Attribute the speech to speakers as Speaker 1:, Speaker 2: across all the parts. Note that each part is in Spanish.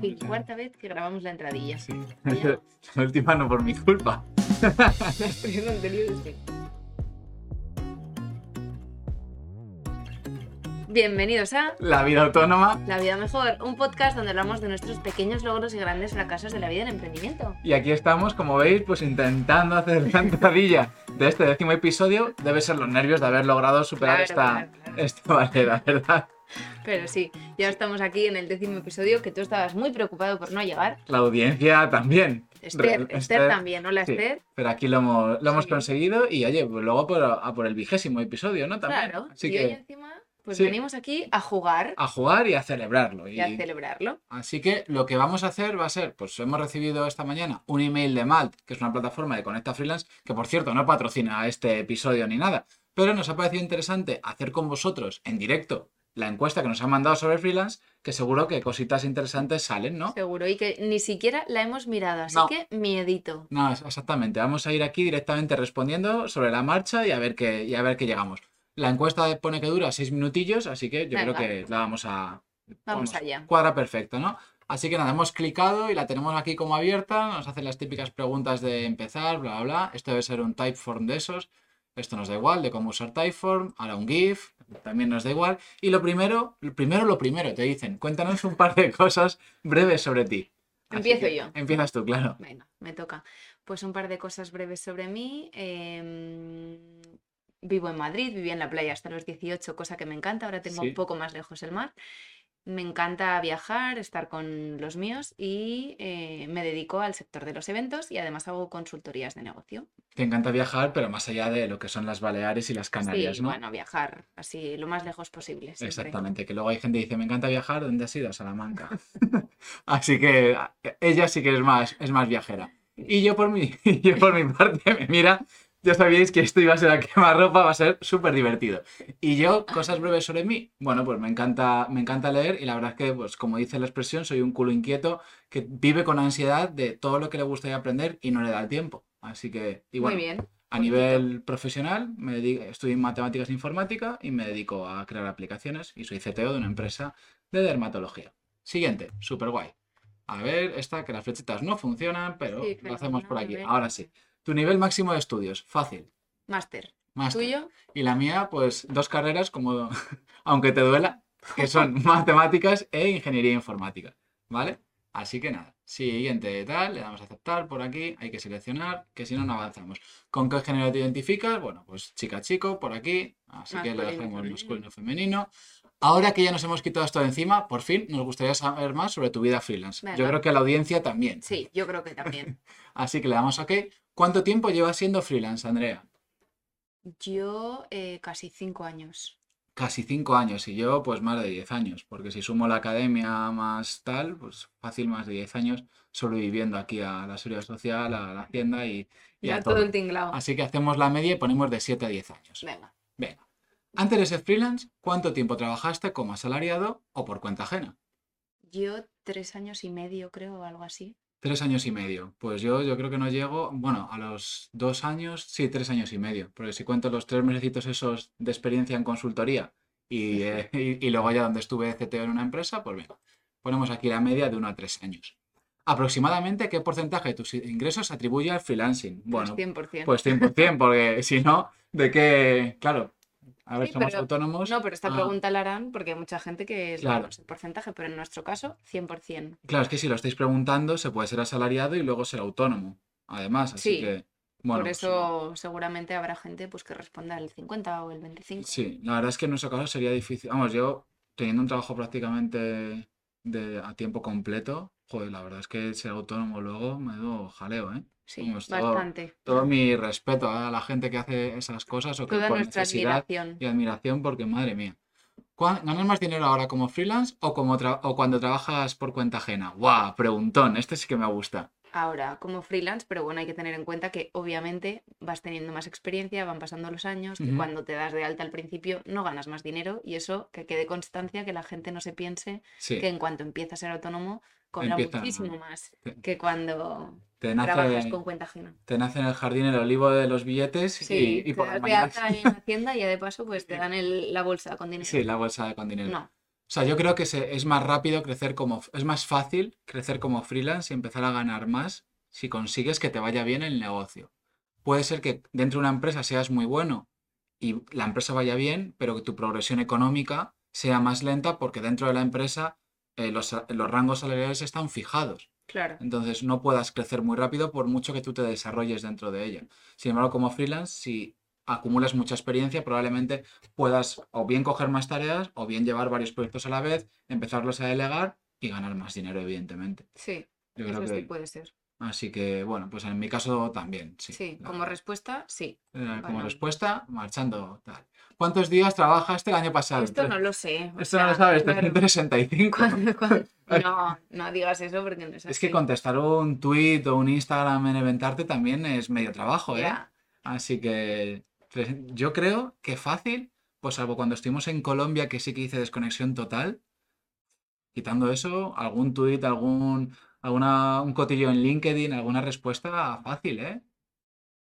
Speaker 1: fin, cuarta vez que grabamos la entradilla.
Speaker 2: Sí. La última no por mi culpa.
Speaker 1: Las tres anteriores, sí. Bienvenidos a
Speaker 2: La vida autónoma.
Speaker 1: La Vida Mejor, un podcast donde hablamos de nuestros pequeños logros y grandes fracasos de la vida en emprendimiento.
Speaker 2: Y aquí estamos, como veis, pues intentando hacer la entradilla de este décimo episodio. Debe ser los nervios de haber logrado
Speaker 1: Claro,
Speaker 2: superar esta,
Speaker 1: claro, claro.
Speaker 2: esta barrera, ¿verdad?
Speaker 1: Pero sí, ya estamos aquí en el décimo episodio que tú estabas muy preocupado por no llegar.
Speaker 2: La audiencia también.
Speaker 1: Esther,
Speaker 2: Re-
Speaker 1: Esther, también, hola
Speaker 2: sí.
Speaker 1: Esther.
Speaker 2: Pero aquí lo hemos, lo hemos
Speaker 1: Sí.
Speaker 2: conseguido y oye, pues luego por, a por el vigésimo episodio, ¿no? También.
Speaker 1: Claro,
Speaker 2: Así
Speaker 1: y
Speaker 2: que
Speaker 1: hoy encima pues
Speaker 2: Sí. Ah,
Speaker 1: venimos aquí a jugar
Speaker 2: a jugar y a celebrarlo.
Speaker 1: y a celebrarlo.
Speaker 2: Así que lo que vamos a hacer va a ser, pues hemos recibido esta mañana un email de Malt, que es una plataforma de Conecta Freelance, que por cierto no patrocina este episodio ni nada, pero nos ha parecido interesante hacer con vosotros en directo la encuesta que nos han mandado sobre freelance, que seguro que cositas interesantes salen, ¿no?
Speaker 1: Seguro, y que ni siquiera la hemos mirado, así
Speaker 2: No.
Speaker 1: que miedito.
Speaker 2: No, es- exactamente. Vamos a ir aquí directamente respondiendo sobre la marcha y a ver qué, y a ver qué llegamos. La encuesta pone que dura seis minutillos, así que yo creo
Speaker 1: Venga.
Speaker 2: que la vamos a,
Speaker 1: Vamos
Speaker 2: Vamos.
Speaker 1: allá.
Speaker 2: cuadra perfecto, ¿no? Así que nada, hemos clicado y la tenemos aquí como abierta. Nos hacen las típicas preguntas de empezar, bla, bla, bla. Esto debe ser un typeform de esos. Esto nos da igual, de cómo usar typeform. Ahora un GIF, también nos da igual. Y lo primero, lo primero, lo primero, te dicen, cuéntanos un par de cosas breves sobre ti.
Speaker 1: Empiezo
Speaker 2: que
Speaker 1: yo.
Speaker 2: Empiezas tú, claro.
Speaker 1: Venga, me toca. Pues un par de cosas breves sobre mí. Em, vivo en Madrid, viví en la playa hasta los 18, cosa que me encanta. Ahora tengo
Speaker 2: Sí.
Speaker 1: un poco más lejos el mar. Me encanta viajar, estar con los míos y eh, me dedico al sector de los eventos y además hago consultorías de negocio.
Speaker 2: Te encanta viajar, pero más allá de lo que son las Baleares y las Canarias,
Speaker 1: sí,
Speaker 2: ¿no?
Speaker 1: bueno, viajar así lo más lejos posible. siempre.
Speaker 2: Exactamente, que luego hay gente que dice, me encanta viajar, ¿dónde has ido? A Salamanca. Así que a- ella sí que es más, es más viajera. Y yo por mi, yo por mi parte, me mira, ya sabíais que esto iba a ser a quemarropa, va a ser súper divertido. Y yo, cosas breves sobre mí, bueno, pues me encanta, me encanta leer y la verdad es que, pues como dice la expresión, soy un culo inquieto que vive con ansiedad de todo lo que le gustaría aprender y no le da el tiempo. Así que, y bueno,
Speaker 1: Muy bien.
Speaker 2: a
Speaker 1: Puntito.
Speaker 2: nivel profesional, me dedico, estudio en matemáticas e informática y me dedico a crear aplicaciones y soy CTO de una empresa de dermatología. Siguiente, super guay. A ver, esta que las flechitas no funcionan, pero
Speaker 1: Sí,
Speaker 2: lo hacemos por
Speaker 1: fenomenal,
Speaker 2: aquí.
Speaker 1: venga.
Speaker 2: Ahora sí. Tu nivel máximo de estudios, fácil.
Speaker 1: Máster.
Speaker 2: Más.
Speaker 1: ¿Tuyo?
Speaker 2: Y la mía, pues dos carreras, como aunque te duela, que son matemáticas e ingeniería informática. ¿Vale? Así que nada. Siguiente tal, le damos a aceptar por aquí, hay que seleccionar, que si no, no avanzamos. ¿Con qué género te identificas? Bueno, pues chica, chico, por aquí. Así que lo
Speaker 1: Masculino,
Speaker 2: dejamos
Speaker 1: femenino.
Speaker 2: masculino, femenino. Ahora que ya nos hemos quitado esto de encima, por fin nos gustaría saber más sobre tu vida freelance. Yo
Speaker 1: Venga.
Speaker 2: creo que a la audiencia también.
Speaker 1: Sí, yo creo que también.
Speaker 2: Así que le damos OK. ¿Cuánto tiempo llevas siendo freelance, Andrea?
Speaker 1: Yo eh, casi cinco años.
Speaker 2: casi cinco años y yo pues más de 10 años, porque si sumo la academia más tal, pues fácil más de 10 años sobreviviendo aquí a la seguridad social, a la hacienda y, y
Speaker 1: Ya
Speaker 2: a
Speaker 1: todo
Speaker 2: todo.
Speaker 1: el tinglao.
Speaker 2: Así que hacemos la media y ponemos de 7 a 10 años.
Speaker 1: Venga.
Speaker 2: Venga. Antes de ser freelance, ¿cuánto tiempo trabajaste como asalariado o por cuenta ajena?
Speaker 1: Yo tres años y medio, creo, o algo así.
Speaker 2: Tres años y medio. Pues yo, yo creo que no llego, bueno, a los dos años, sí, tres años y medio. Porque si cuento los tres mesecitos esos de experiencia en consultoría y, eh, y- y luego ya donde estuve de CTO en una empresa, pues venga, ponemos aquí la media de uno a tres años. Aproximadamente, ¿qué porcentaje de tus ingresos se atribuye al freelancing?
Speaker 1: Pues
Speaker 2: Bueno,
Speaker 1: 100%.
Speaker 2: pues 100%, porque si no, ¿de qué? Claro, a ver,
Speaker 1: Sí,
Speaker 2: somos
Speaker 1: pero-
Speaker 2: autónomos.
Speaker 1: no, pero esta
Speaker 2: ah.
Speaker 1: pregunta la harán porque hay mucha gente que es
Speaker 2: Claro.
Speaker 1: menos el porcentaje, pero en nuestro caso, 100%.
Speaker 2: Claro, es que si lo estáis preguntando, se puede ser asalariado y luego ser autónomo. Además, así
Speaker 1: Sí,
Speaker 2: que, bueno,
Speaker 1: Por
Speaker 2: pues,
Speaker 1: eso seguramente habrá gente pues, que responda el 50 o el 25.
Speaker 2: Sí, la verdad es que en nuestro caso sería difícil. Vamos, yo teniendo un trabajo prácticamente de, a tiempo completo, joder, la verdad es que ser autónomo luego me dio jaleo, ¿eh?
Speaker 1: Sí,
Speaker 2: Vamos, todo-
Speaker 1: bastante.
Speaker 2: Todo mi respeto a la gente que hace esas cosas o que
Speaker 1: Toda
Speaker 2: por
Speaker 1: nuestra
Speaker 2: necesidad
Speaker 1: admiración.
Speaker 2: y admiración, porque madre mía. ¿Cuán- ¿Ganas más dinero ahora como freelance o, como tra- o cuando trabajas por cuenta ajena? ¡Guau! Preguntón, este sí que me gusta.
Speaker 1: Ahora, como freelance, pero bueno, hay que tener en cuenta que obviamente vas teniendo más experiencia, van pasando los años, que
Speaker 2: Ujú.
Speaker 1: cuando te das de alta al principio no ganas más dinero y eso que quede constancia, que la gente no se piense
Speaker 2: Sí,
Speaker 1: que en cuanto empieza a ser autónomo cobra
Speaker 2: Empieza,
Speaker 1: muchísimo más
Speaker 2: Sí.
Speaker 1: que cuando
Speaker 2: te
Speaker 1: trabajas
Speaker 2: nace,
Speaker 1: con cuenta ajena.
Speaker 2: te nace en el jardín el olivo de los billetes y,
Speaker 1: Sí,
Speaker 2: y
Speaker 1: te
Speaker 2: por
Speaker 1: das
Speaker 2: las
Speaker 1: de
Speaker 2: mañanas-
Speaker 1: alta en Hacienda y ya de paso pues te dan el- la bolsa con dinero.
Speaker 2: Sí, la bolsa con dinero.
Speaker 1: No,
Speaker 2: O sea, yo creo que se- es más rápido crecer como, es más fácil crecer como freelance y empezar a ganar más si consigues que te vaya bien el negocio. Puede ser que dentro de una empresa seas muy bueno y la empresa vaya bien, pero que tu progresión económica sea más lenta porque dentro de la empresa eh, los, sa- los rangos salariales están fijados.
Speaker 1: Claro.
Speaker 2: Entonces no puedas crecer muy rápido por mucho que tú te desarrolles dentro de ella. Sin embargo, como freelance, si acumulas mucha experiencia, probablemente puedas o bien coger más tareas o bien llevar varios proyectos a la vez, empezarlos a delegar y ganar más dinero, evidentemente.
Speaker 1: Sí,
Speaker 2: Yo creo
Speaker 1: eso sí
Speaker 2: que...
Speaker 1: puede ser.
Speaker 2: Así que, bueno, pues en mi caso también, sí.
Speaker 1: Sí,
Speaker 2: La-
Speaker 1: como respuesta, sí.
Speaker 2: eh, como
Speaker 1: bueno.
Speaker 2: respuesta, marchando tal. ¿Cuántos días trabajaste el año pasado?
Speaker 1: Esto
Speaker 2: Tres-
Speaker 1: no lo sé. o
Speaker 2: Esto no lo
Speaker 1: sea,
Speaker 2: sabes,
Speaker 1: claro.
Speaker 2: 365.
Speaker 1: Cuando- cuando- No, no digas eso porque no es así.
Speaker 2: Es que contestar un tweet o un Instagram en Eventarte también es medio trabajo, ¿eh?
Speaker 1: Ya,
Speaker 2: Así que tres- yo creo que fácil, pues salvo cuando estuvimos en Colombia, que sí que hice desconexión total, quitando eso, algún tuit, algún, alguna, un cotillo en LinkedIn, alguna respuesta fácil, ¿eh?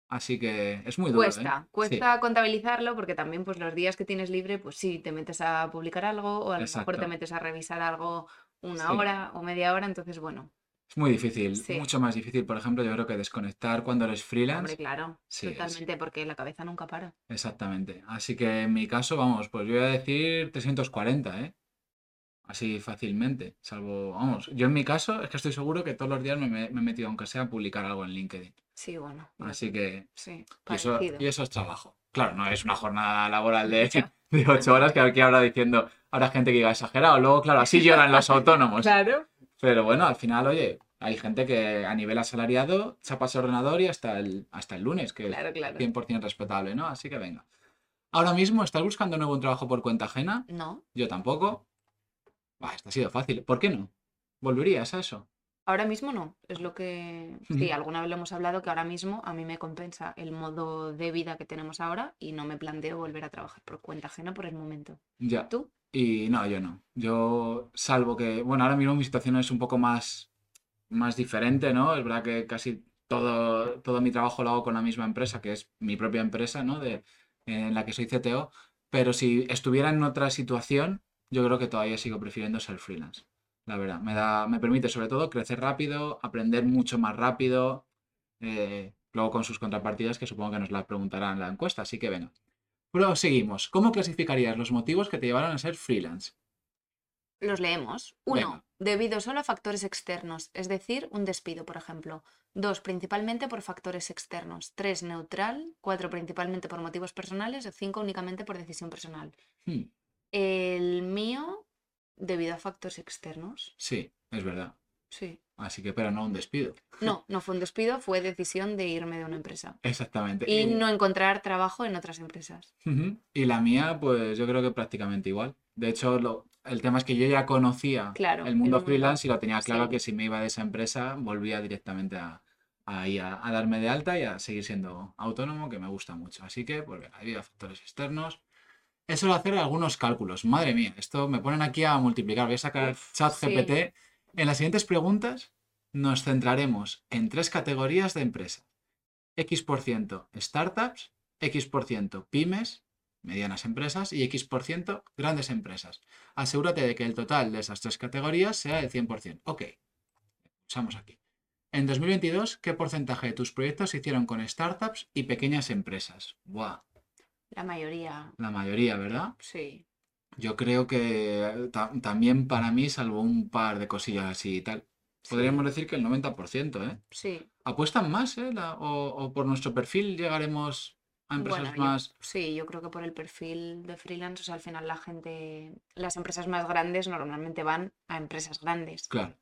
Speaker 2: Así que es muy duro, ¿eh?
Speaker 1: Cuesta,
Speaker 2: Sí,
Speaker 1: cuesta contabilizarlo porque también pues los días que tienes libre, pues sí, te metes a publicar algo o a lo mejor te
Speaker 2: Exacto.
Speaker 1: metes a revisar algo una
Speaker 2: Sí.
Speaker 1: hora o media hora, entonces bueno,
Speaker 2: es muy difícil,
Speaker 1: Sí.
Speaker 2: mucho más difícil, por ejemplo, yo creo que desconectar cuando eres freelance.
Speaker 1: hombre, claro,
Speaker 2: sí, sí.
Speaker 1: totalmente, porque la cabeza nunca para.
Speaker 2: Exactamente. Así que en mi caso, vamos, pues yo voy a decir 340, ¿eh? Así fácilmente. Salvo, vamos, yo en mi caso es que estoy seguro que todos los días me, me- me he metido, aunque sea, a publicar algo en LinkedIn.
Speaker 1: Sí, bueno, yo-
Speaker 2: Así que,
Speaker 1: sí,
Speaker 2: Ah, y eso,
Speaker 1: parecido.
Speaker 2: y eso es trabajo. Claro, no es una jornada laboral de, de 8 horas que aquí ahora diciendo, habrá gente que diga exagerado. Luego, claro, así lloran los autónomos.
Speaker 1: Claro.
Speaker 2: Pero bueno, al final, oye, hay gente que a nivel asalariado chapa su ordenador y hasta el, hasta el lunes, que
Speaker 1: Claro, claro.
Speaker 2: 100% respetable, ¿no? Así que venga. Ahora mismo, ¿estás buscando nuevo un trabajo por cuenta ajena?
Speaker 1: No,
Speaker 2: Yo tampoco. Bah, esto ha sido fácil. ¿Por qué no? ¿Volverías a eso?
Speaker 1: ahora mismo no, es lo que sí,
Speaker 2: Ujú.
Speaker 1: alguna vez lo hemos hablado que ahora mismo a mí me compensa el modo de vida que tenemos ahora y no me planteo volver a trabajar por cuenta ajena por el momento.
Speaker 2: Ya.
Speaker 1: ¿Tú?
Speaker 2: Y no, yo no. Yo, salvo que, bueno, ahora mismo mi situación es un poco más, más diferente, ¿no? Es verdad que casi todo, todo mi trabajo lo hago con la misma empresa, que es mi propia empresa, ¿no? De, en la que soy CTO. Pero si estuviera en otra situación, yo creo que todavía sigo prefiriendo ser freelance. La verdad, me da, me permite sobre todo crecer rápido, aprender mucho más rápido, eh, luego con sus contrapartidas que supongo que nos las preguntarán en la encuesta, así que venga. Proseguimos. ¿Cómo clasificarías los motivos que te llevaron a ser freelance?
Speaker 1: Los leemos.
Speaker 2: Venga.
Speaker 1: Uno, debido solo a factores externos, es decir, un despido, por ejemplo. Dos, principalmente por factores externos. Tres, neutral. Cuatro, principalmente por motivos personales. O cinco, únicamente por decisión personal.
Speaker 2: Hmm,
Speaker 1: El mío, debido a factores externos.
Speaker 2: sí, es verdad.
Speaker 1: Sí.
Speaker 2: Así que, pero no un despido.
Speaker 1: No, no fue un despido, fue decisión de irme de una empresa.
Speaker 2: Exactamente.
Speaker 1: Y no encontrar trabajo en otras empresas.
Speaker 2: Ujú. Y la mía, pues yo creo que prácticamente igual. De hecho, lo- el tema es que yo ya conocía
Speaker 1: Claro,
Speaker 2: el
Speaker 1: el
Speaker 2: mundo
Speaker 1: mundo.
Speaker 2: freelance y lo tenía claro
Speaker 1: Sí.
Speaker 2: que si me iba de esa empresa, volvía directamente a, ahí a- a darme de alta y a seguir siendo autónomo, que me gusta mucho. Así que, pues venga, había factores externos. Eso lo hacer algunos cálculos. Madre mía, esto me ponen aquí a multiplicar. Voy a sacar ChatGPT. En las siguientes preguntas nos centraremos en tres categorías de empresas. X% startups, X% pymes, medianas empresas y X% grandes empresas. Asegúrate de que el total de esas tres categorías sea del 100%. Ok, usamos aquí. En 2022, ¿qué porcentaje de tus proyectos se hicieron con startups y pequeñas empresas? Buah,
Speaker 1: La mayoría,
Speaker 2: la mayoría, ¿verdad?
Speaker 1: sí.
Speaker 2: Yo creo que eh, ta- también para mí, salvo un par de cosillas así y tal,
Speaker 1: sí,
Speaker 2: podríamos decir que el 90%, ¿eh?
Speaker 1: Sí.
Speaker 2: ¿Apuestan más, eh? La- o, o por nuestro perfil llegaremos a empresas
Speaker 1: Bueno, yo-
Speaker 2: más...
Speaker 1: sí, yo creo que por el perfil de freelance, o sea, al final la gente, las empresas más grandes normalmente van a empresas grandes.
Speaker 2: Claro.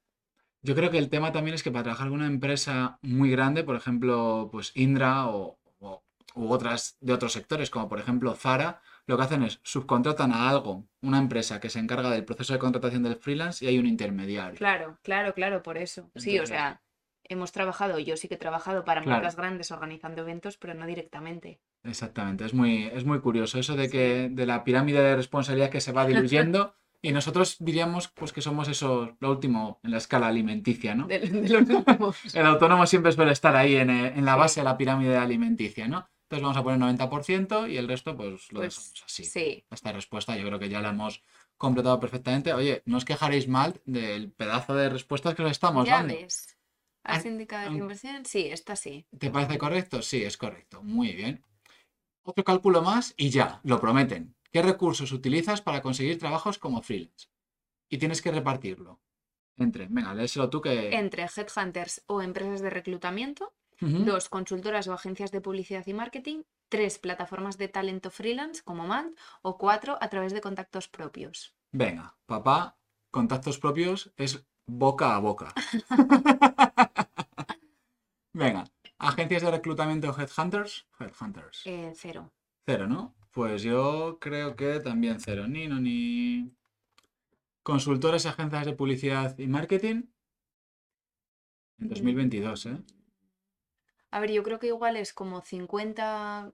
Speaker 2: Yo creo que el tema también es que para trabajar con una empresa muy grande, por ejemplo, pues Indra o, o- u otras de otros sectores, como por ejemplo Zara, lo que hacen es subcontratan a algo, una empresa que se encarga del proceso de contratación del freelance y hay un intermediario.
Speaker 1: Claro, claro, claro, por eso. Sí, o
Speaker 2: Entonces-
Speaker 1: sea, hemos trabajado, yo sí que he trabajado para
Speaker 2: Claro.
Speaker 1: marcas grandes organizando eventos, pero no directamente.
Speaker 2: Exactamente, es muy, es muy curioso eso de que de la pirámide de responsabilidad que se va diluyendo y nosotros diríamos pues que somos eso, lo último en la escala alimenticia, ¿no?
Speaker 1: De, de los últimos.
Speaker 2: El autónomo siempre suele estar ahí en, eh, en la
Speaker 1: Sí.
Speaker 2: base de la pirámide alimenticia, ¿no? Entonces vamos a poner 90% y el resto pues lo
Speaker 1: Pues,
Speaker 2: dejamos así.
Speaker 1: sí,
Speaker 2: Esta respuesta yo creo que ya la hemos completado perfectamente. Oye, no os quejaréis mal del pedazo de respuestas que os estamos
Speaker 1: ya
Speaker 2: dando.
Speaker 1: ves. ¿Has
Speaker 2: An-
Speaker 1: indicado
Speaker 2: an-
Speaker 1: la inversión? Sí, esta sí.
Speaker 2: ¿Te parece correcto? Sí, es correcto. Muy bien. Otro cálculo más y ya, lo prometen. ¿Qué recursos utilizas para conseguir trabajos como freelance? Y tienes que repartirlo. Entre, venga, léeselo tú que...
Speaker 1: Entre headhunters o empresas de reclutamiento,
Speaker 2: Ujú.
Speaker 1: dos consultoras o agencias de publicidad y marketing, tres plataformas de talento freelance como Mant o cuatro a través de contactos propios.
Speaker 2: Venga, papá, contactos propios es boca a boca. Venga, agencias de reclutamiento headhunters. Headhunters.
Speaker 1: Eh, cero.
Speaker 2: Cero, ¿no? Pues yo creo que también cero. Ni, no, ni. Consultores, agencias de publicidad y marketing. En 2022, ¿eh?
Speaker 1: A ver, yo creo que igual es como 50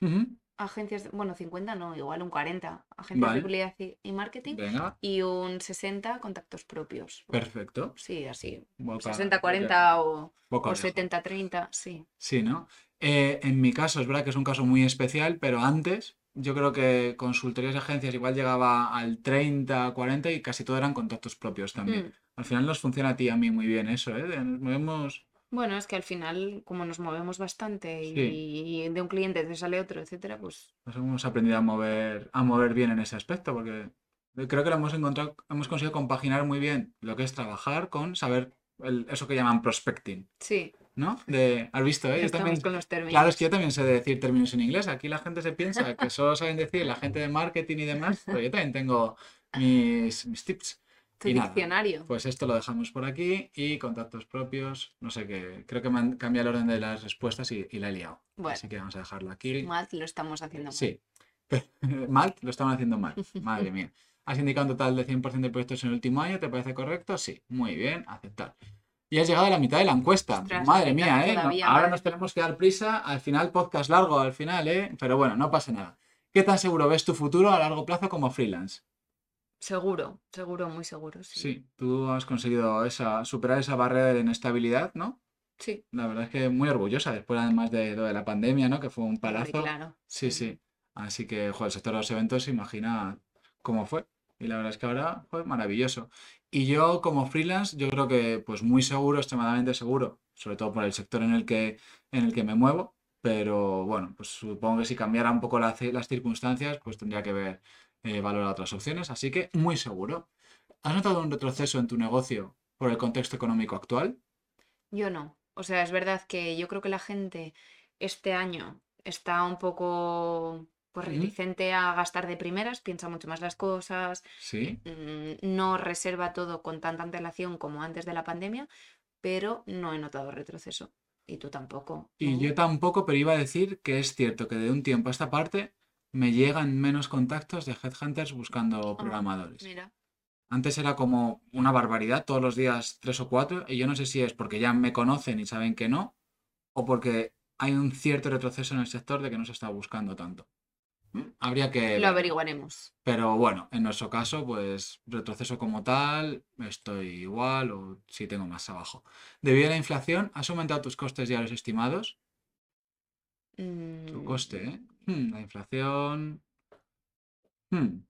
Speaker 2: Ujú.
Speaker 1: agencias, de- bueno, 50 no, igual un 40 agencias
Speaker 2: Vale.
Speaker 1: de publicidad y, y marketing
Speaker 2: Venga,
Speaker 1: y un 60 contactos propios.
Speaker 2: perfecto.
Speaker 1: Sí, así.
Speaker 2: Boca-
Speaker 1: 60, 40 o,
Speaker 2: boca
Speaker 1: o
Speaker 2: oreja.
Speaker 1: 70, 30, sí.
Speaker 2: Sí, ¿no? Eh, en mi caso, es verdad que es un caso muy especial, pero antes yo creo que consultorías y agencias igual llegaba al 30, 40 y casi todo eran contactos propios también.
Speaker 1: Mm.
Speaker 2: Al final nos funciona a ti y a mí muy bien eso, ¿eh? De Nos movemos.
Speaker 1: Bueno, es que al final, como nos movemos bastante y,
Speaker 2: Sí.
Speaker 1: y de un cliente te sale otro, etcétera, pues
Speaker 2: Nos hemos aprendido a mover, a mover bien en ese aspecto, porque creo que lo hemos encontrado, hemos conseguido compaginar muy bien lo que es trabajar con saber el- eso que llaman prospecting,
Speaker 1: sí,
Speaker 2: ¿no? De, has visto, eh? Yo
Speaker 1: estamos
Speaker 2: también,
Speaker 1: con los términos.
Speaker 2: claro, es que yo también sé decir términos en inglés. Aquí la gente se piensa que solo saben decir la gente de marketing y demás, pero yo también tengo mis, mis tips.
Speaker 1: Tu
Speaker 2: y nada.
Speaker 1: diccionario.
Speaker 2: Pues esto lo dejamos por aquí y contactos propios, no sé qué. Creo que me han cambiado el orden de las respuestas y, y la he liado.
Speaker 1: Bueno.
Speaker 2: Así que vamos a dejarlo aquí.
Speaker 1: Matt, lo estamos haciendo mal.
Speaker 2: Sí. Mal, lo estaban haciendo mal. Madre mía. Has indicado un total de 100% de proyectos en el último año, ¿te parece correcto? Sí. Muy bien, aceptar. Y has llegado a la mitad de la encuesta.
Speaker 1: Ostras, la
Speaker 2: madre
Speaker 1: mitad
Speaker 2: mía, ¿eh? No-
Speaker 1: todavía,
Speaker 2: ahora
Speaker 1: madre
Speaker 2: nos
Speaker 1: mía.
Speaker 2: tenemos que dar prisa. Al final, podcast largo, al final, ¿eh? Pero bueno, no pasa nada. ¿Qué tan seguro ves tu futuro a largo plazo como freelance?
Speaker 1: Seguro, seguro, muy seguro, sí.
Speaker 2: Sí, tú has conseguido esa, superar esa barrera de la inestabilidad, ¿no?
Speaker 1: Sí,
Speaker 2: La verdad es que muy orgullosa, después además de lo de la pandemia, ¿no? Que fue un
Speaker 1: hombre,
Speaker 2: palazo.
Speaker 1: claro.
Speaker 2: Sí, sí. Así que, joder, el sector de los eventos, imagina cómo fue. Y la verdad es que ahora fue maravilloso. Y yo como freelance, yo creo que pues muy seguro, extremadamente seguro, sobre todo por el sector en el que, en el que me muevo. Pero bueno, pues supongo que si cambiara un poco la ci- las circunstancias, pues tendría que ver, eh, valorar otras opciones. Así que muy seguro. ¿Has notado un retroceso en tu negocio por el contexto económico actual?
Speaker 1: Yo no. O sea, es verdad que yo creo que la gente este año está un poco pues,
Speaker 2: Ujú.
Speaker 1: reticente a gastar de primeras, piensa mucho más las cosas,
Speaker 2: Sí.
Speaker 1: mm, no reserva todo con tanta antelación como antes de la pandemia, pero no he notado retroceso. Y tú tampoco,
Speaker 2: Y
Speaker 1: ¿no?
Speaker 2: yo tampoco, pero iba a decir que es cierto que de un tiempo a esta parte me llegan menos contactos de headhunters buscando programadores.
Speaker 1: Ah, Mira,
Speaker 2: Antes era como una barbaridad, todos los días tres o cuatro, y yo no sé si es porque ya me conocen y saben que no, o porque hay un cierto retroceso en el sector de que no se está buscando tanto. ¿Mm? Habría que...
Speaker 1: lo
Speaker 2: ver.
Speaker 1: averiguaremos.
Speaker 2: Pero bueno, en nuestro caso, pues retroceso como tal, estoy igual o si tengo más abajo. Debido a la inflación, ¿has aumentado tus costes diarios estimados? Tu
Speaker 1: Mm,
Speaker 2: coste, ¿eh? Hmm, la inflación. Hmm,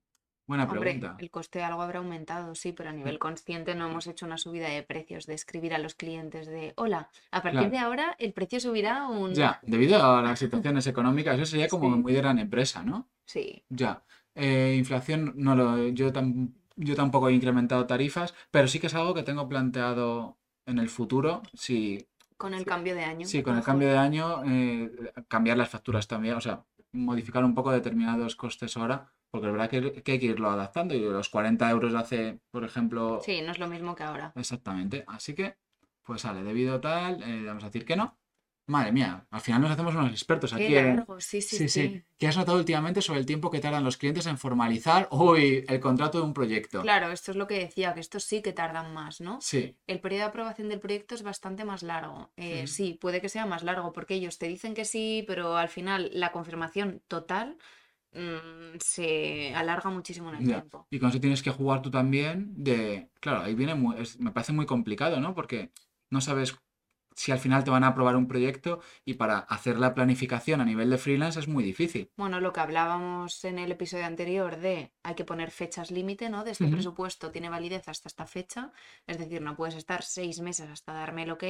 Speaker 2: buena
Speaker 1: Hombre,
Speaker 2: pregunta. Mm.
Speaker 1: el coste algo habrá aumentado, sí, pero a nivel consciente no hemos hecho una subida de precios, de escribir a los clientes de, hola, a partir
Speaker 2: Claro.
Speaker 1: de ahora el precio subirá un...
Speaker 2: Ya, debido a las situaciones económicas, eso sería como
Speaker 1: Sí.
Speaker 2: muy de gran empresa, ¿no?
Speaker 1: Sí,
Speaker 2: Ya. Eh, inflación, no lo, yo, tam- yo tampoco he incrementado tarifas, pero sí que es algo que tengo planteado en el futuro, si
Speaker 1: con el
Speaker 2: Sí.
Speaker 1: cambio de año.
Speaker 2: Sí, con el
Speaker 1: mejor.
Speaker 2: cambio de año, eh, cambiar las facturas también, o sea, modificar un poco determinados costes ahora, porque la verdad que, que hay que irlo adaptando y los 40 euros hace, por ejemplo,
Speaker 1: Sí, no es lo mismo que ahora.
Speaker 2: exactamente. Así que, pues sale, debido a tal, eh, vamos a decir que no. Madre mía, al final nos hacemos unos expertos
Speaker 1: Qué
Speaker 2: aquí en-
Speaker 1: largo, sí, sí, sí.
Speaker 2: ¿Qué has notado últimamente sobre el tiempo que tardan los clientes en formalizar, uy, el contrato de un proyecto?
Speaker 1: Claro, esto es lo que decía, que estos sí que tardan más, ¿no?
Speaker 2: Sí,
Speaker 1: El periodo de aprobación del proyecto es bastante más largo. Eh,
Speaker 2: Ujú.
Speaker 1: Sí, puede que sea más largo porque ellos te dicen que sí, pero al final la confirmación total mm, se alarga muchísimo en el
Speaker 2: Ya.
Speaker 1: tiempo.
Speaker 2: Y con eso tienes que jugar tú también de... Claro, ahí viene muy- es- me parece muy complicado, ¿no? Porque no sabes si al final te van a aprobar un proyecto y para hacer la planificación a nivel de freelance es muy difícil.
Speaker 1: Bueno, lo que hablábamos en el episodio anterior de hay que poner fechas límite, ¿no? De este
Speaker 2: Ujú.
Speaker 1: presupuesto tiene validez hasta esta fecha, es decir, no puedes estar seis meses hasta darme el ok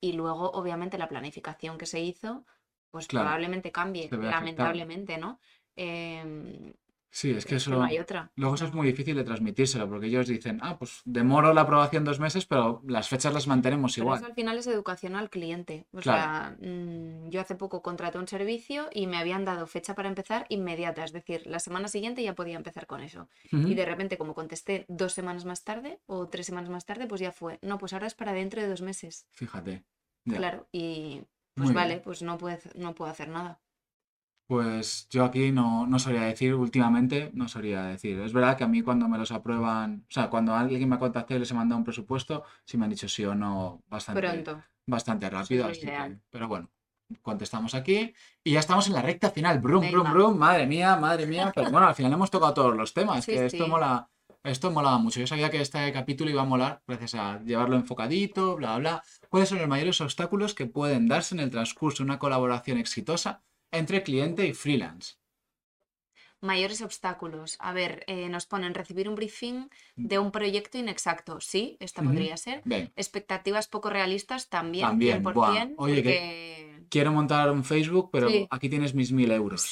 Speaker 1: y luego, obviamente, la planificación que se hizo, pues
Speaker 2: Claro,
Speaker 1: probablemente cambie,
Speaker 2: se ve afectada.
Speaker 1: lamentablemente, ¿no? Em,
Speaker 2: Sí, es que
Speaker 1: es que
Speaker 2: eso...
Speaker 1: no hay otra.
Speaker 2: Luego eso
Speaker 1: no.
Speaker 2: es muy difícil de transmitírselo, porque ellos dicen, ah, pues demoro la aprobación dos meses, pero las fechas las mantenemos
Speaker 1: Pero eso
Speaker 2: igual.
Speaker 1: al final es educación al cliente. O
Speaker 2: Claro.
Speaker 1: sea, mm, yo hace poco contraté un servicio y me habían dado fecha para empezar inmediata, es decir, la semana siguiente ya podía empezar con eso.
Speaker 2: Ujú.
Speaker 1: Y de repente, como contesté dos semanas más tarde o tres semanas más tarde, pues ya fue. No, pues ahora es para dentro de dos meses.
Speaker 2: Fíjate. Ya.
Speaker 1: Claro. Y pues
Speaker 2: Muy
Speaker 1: vale,
Speaker 2: bien.
Speaker 1: pues no, puede, no puedo hacer nada.
Speaker 2: Pues yo aquí no, no sabría decir, últimamente no sabría decir. Es verdad que a mí cuando me los aprueban, o sea, cuando alguien me ha contactado y les he mandado un presupuesto, si me han dicho sí o no bastante,
Speaker 1: Pronto.
Speaker 2: bastante rápido.
Speaker 1: lo
Speaker 2: así que-
Speaker 1: ideal.
Speaker 2: pero bueno, contestamos aquí y ya estamos en la recta final. Brum, brum,
Speaker 1: Venga.
Speaker 2: brum, madre mía, madre mía. Pero bueno, al final hemos tocado todos los temas,
Speaker 1: Sí,
Speaker 2: que esto
Speaker 1: sí.
Speaker 2: mola, esto molaba mucho. Yo sabía que este capítulo iba a molar gracias a llevarlo enfocadito, bla, bla. ¿Cuáles son los mayores obstáculos que pueden darse en el transcurso de una colaboración exitosa? entre cliente y freelance.
Speaker 1: Mayores obstáculos. A ver, eh, nos ponen recibir un briefing de un proyecto inexacto. Sí, esta
Speaker 2: Mm. Ujú.
Speaker 1: podría ser.
Speaker 2: Ven,
Speaker 1: Expectativas poco realistas también,
Speaker 2: También,
Speaker 1: 100%.
Speaker 2: buah. Oye,
Speaker 1: porque...
Speaker 2: quiero montar un Facebook, pero
Speaker 1: Sí.
Speaker 2: aquí tienes mis mil euros.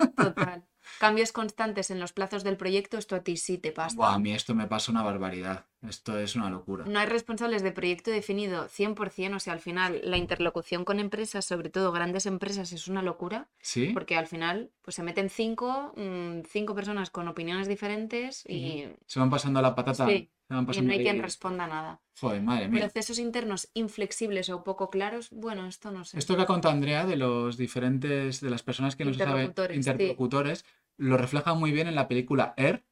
Speaker 1: Sí, total. Cambios constantes en los plazos del proyecto, esto a ti sí te pasa.
Speaker 2: Buah, a mí esto me pasa una barbaridad. Esto es una locura.
Speaker 1: No hay responsables de proyecto definido 100%, o sea, al final la interlocución con empresas, sobre todo grandes empresas, es una locura,
Speaker 2: ¿Sí?
Speaker 1: porque al final pues se meten cinco, mm, cinco personas con opiniones diferentes y,
Speaker 2: Se van pasando la patata.
Speaker 1: Sí.
Speaker 2: Se van
Speaker 1: y
Speaker 2: pasando
Speaker 1: no hay quien
Speaker 2: ahí.
Speaker 1: responda nada.
Speaker 2: Joder, madre mía.
Speaker 1: Procesos internos inflexibles o poco claros, bueno, esto no sé.
Speaker 2: Esto que ha contado Andrea de los diferentes, de las personas que no se saben
Speaker 1: Interlocutores, sí.
Speaker 2: interlocutores, lo refleja muy bien en la película Air,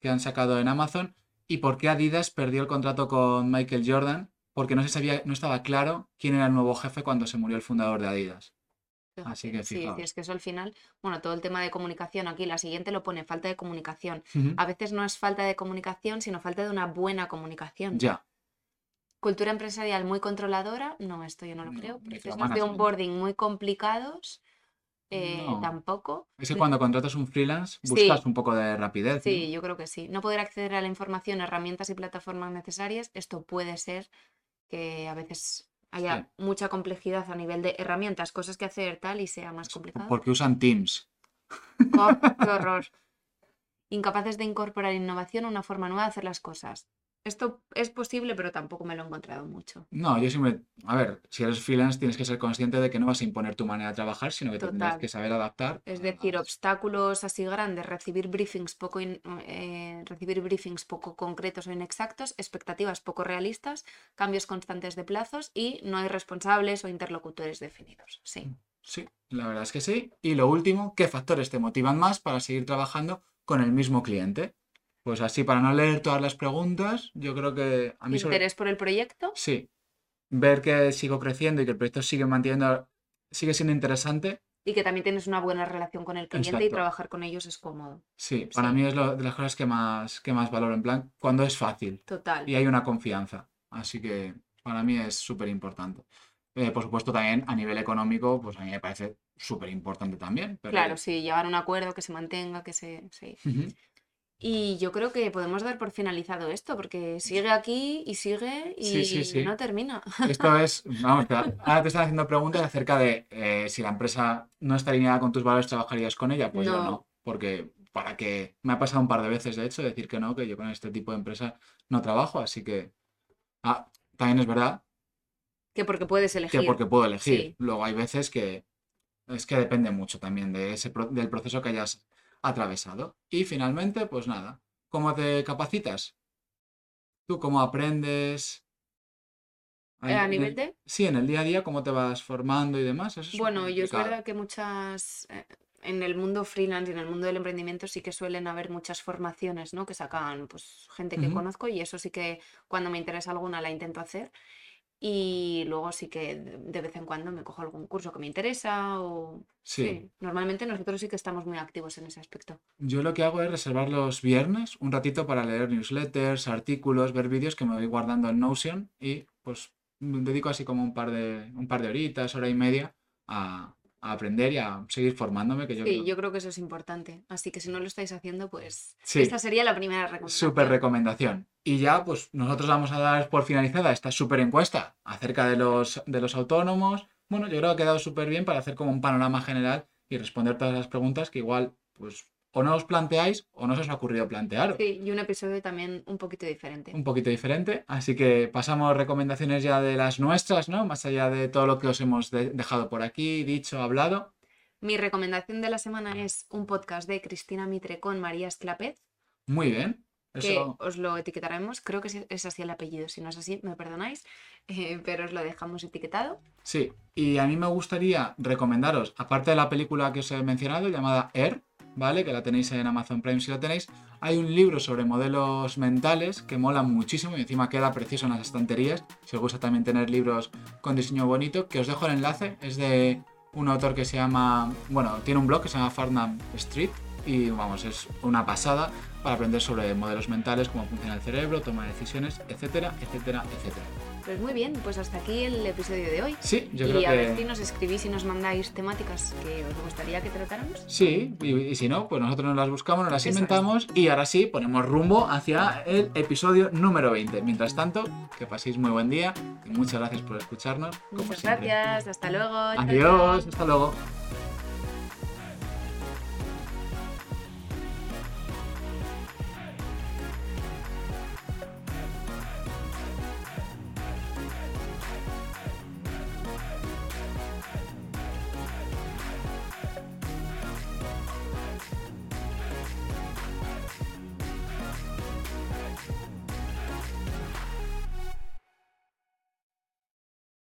Speaker 2: que han sacado en Amazon, y por qué Adidas perdió el contrato con Michael Jordan, porque no se sabía, no estaba claro quién era el nuevo jefe cuando se murió el fundador de Adidas. Así que
Speaker 1: Sí, sí,
Speaker 2: fijaos.
Speaker 1: es que eso al final, bueno, todo el tema de comunicación aquí, la siguiente lo pone falta de comunicación.
Speaker 2: Ujú.
Speaker 1: A veces no es falta de comunicación, sino falta de una buena comunicación.
Speaker 2: Ya,
Speaker 1: Cultura empresarial muy controladora, no, esto yo no lo
Speaker 2: No,
Speaker 1: creo. Procesos de
Speaker 2: micromanagement.
Speaker 1: onboarding muy complicados, eh,
Speaker 2: No.
Speaker 1: tampoco.
Speaker 2: es que
Speaker 1: No-
Speaker 2: cuando contratas un freelance
Speaker 1: Sí.
Speaker 2: buscas un poco de rapidez, ¿no?
Speaker 1: Sí, yo creo que sí. No poder acceder a la información, herramientas y plataformas necesarias, esto puede ser que a veces haya
Speaker 2: Sí.
Speaker 1: mucha complejidad a nivel de herramientas, cosas que hacer tal y sea más complicado.
Speaker 2: Porque usan Teams.
Speaker 1: Oh, ¡Qué horror! Incapaces de incorporar innovación, una forma nueva de hacer las cosas. Esto es posible, pero tampoco me lo he encontrado mucho.
Speaker 2: No, yo siempre, a ver, si eres freelance tienes que ser consciente de que no vas a imponer tu manera de trabajar, sino que te tendrás
Speaker 1: Total.
Speaker 2: que saber adaptar.
Speaker 1: Es
Speaker 2: a-
Speaker 1: decir,
Speaker 2: a-
Speaker 1: obstáculos así grandes, recibir briefings poco in- eh, recibir briefings poco concretos o inexactos, expectativas poco realistas, cambios constantes de plazos y no hay responsables o interlocutores definidos.
Speaker 2: Mm,
Speaker 1: Sí.
Speaker 2: Sí, la verdad es que sí. Y lo último, ¿qué factores te motivan más para seguir trabajando con el mismo cliente? Pues así, para no leer todas las preguntas, yo creo que a mí sobre-
Speaker 1: Interés por el proyecto,
Speaker 2: Sí, ver que sigo creciendo y que el proyecto sigue manteniendo, sigue siendo interesante,
Speaker 1: y que también tienes una buena relación con el cliente y
Speaker 2: Exacto.
Speaker 1: trabajar con ellos es cómodo.
Speaker 2: Sí, para
Speaker 1: Sí.
Speaker 2: mí es lo- de las cosas que más, que más valoro, en plan, cuando es fácil
Speaker 1: Total.
Speaker 2: y hay una confianza. Así que para mí es súper importante. Eh, por supuesto, también a nivel económico, pues a mí me parece súper importante también. Pero...
Speaker 1: Claro, sí, llegar a un acuerdo que se mantenga, que se... sí.
Speaker 2: Ujú.
Speaker 1: Y yo creo que podemos dar por finalizado esto, porque sigue aquí y sigue y
Speaker 2: Sí, sí, sí.
Speaker 1: no termina.
Speaker 2: Esto es, vamos, te- ahora te están haciendo preguntas acerca de eh, si la empresa no está alineada con tus valores, ¿trabajarías con ella? Pues yo
Speaker 1: No.
Speaker 2: no, porque para que me ha pasado un par de veces, de hecho, decir que no, que yo con este tipo de empresa no trabajo, así que... Ah, también es verdad
Speaker 1: Que porque puedes elegir.
Speaker 2: que porque puedo elegir.
Speaker 1: Sí.
Speaker 2: Luego hay veces que es que depende mucho también de ese pro- del proceso que hayas atravesado. Y finalmente, pues nada, ¿cómo te capacitas? ¿Tú cómo aprendes?
Speaker 1: Eh, a
Speaker 2: En
Speaker 1: nivel
Speaker 2: el-
Speaker 1: de...
Speaker 2: Sí, en el día a día, ¿cómo te vas formando y demás? Eso es
Speaker 1: Bueno, yo es
Speaker 2: complicado.
Speaker 1: verdad que muchas... eh, En el mundo freelance y en el mundo del emprendimiento sí que suelen haber muchas formaciones, ¿no? Que sacan pues gente que
Speaker 2: Ujú.
Speaker 1: conozco y eso sí que cuando me interesa alguna la intento hacer. Y luego sí que de de vez en cuando me cojo algún curso que me interesa o...
Speaker 2: Sí.
Speaker 1: sí, normalmente nosotros sí que estamos muy activos en ese aspecto.
Speaker 2: Yo lo que hago es reservar los viernes un ratito para leer newsletters, artículos, ver vídeos que me voy guardando en Notion y pues dedico así como un par de, un par de horitas, hora y media a, a aprender y a seguir formándome, que yo
Speaker 1: Sí,
Speaker 2: creo-
Speaker 1: yo creo que eso es importante. Así que si no lo estáis haciendo, pues
Speaker 2: Sí.
Speaker 1: esta sería la primera recomendación.
Speaker 2: Súper recomendación. Y ya, pues nosotros vamos a dar por finalizada esta súper encuesta acerca de los, de los autónomos. Bueno, yo creo que ha quedado súper bien para hacer como un panorama general y responder todas las preguntas que igual, pues, o no os planteáis o no se os ha ocurrido plantearos.
Speaker 1: Sí, y un episodio también un poquito diferente.
Speaker 2: Un poquito diferente. Así que pasamos recomendaciones ya de las nuestras, ¿no? Más allá de todo lo que os hemos de- dejado por aquí, dicho, hablado.
Speaker 1: Mi recomendación de la semana es un podcast de Cristina Mitre con María Esclapez,
Speaker 2: Muy bien.
Speaker 1: que
Speaker 2: Eso.
Speaker 1: os lo etiquetaremos. Creo que es- es así el apellido. Si no es así, me perdonáis, eh, pero os lo dejamos etiquetado.
Speaker 2: Sí, y a mí me gustaría recomendaros, aparte de la película que os he mencionado, llamada Air, ¿vale? Que la tenéis en Amazon Prime si lo tenéis, hay un libro sobre modelos mentales que mola muchísimo y encima queda precioso en las estanterías. Si os gusta también tener libros con diseño bonito, que os dejo el enlace, es de un autor que se llama, bueno, tiene un blog que se llama Farnham Street y vamos, es una pasada para aprender sobre modelos mentales, cómo funciona el cerebro, toma de decisiones, etcétera, etcétera, etcétera.
Speaker 1: Pues muy bien, pues hasta aquí el episodio de hoy.
Speaker 2: Sí, yo
Speaker 1: y
Speaker 2: creo
Speaker 1: a
Speaker 2: que...
Speaker 1: ver si nos escribís y nos mandáis temáticas que os gustaría que tratáramos.
Speaker 2: Sí, y, y si no, pues nosotros nos las buscamos, nos las
Speaker 1: Eso es.
Speaker 2: inventamos y ahora sí ponemos rumbo hacia el episodio número 20. Mientras tanto, que paséis muy buen día y muchas gracias por escucharnos. como
Speaker 1: Muchas
Speaker 2: siempre.
Speaker 1: gracias, hasta luego. chao, chao.
Speaker 2: Adiós, hasta luego.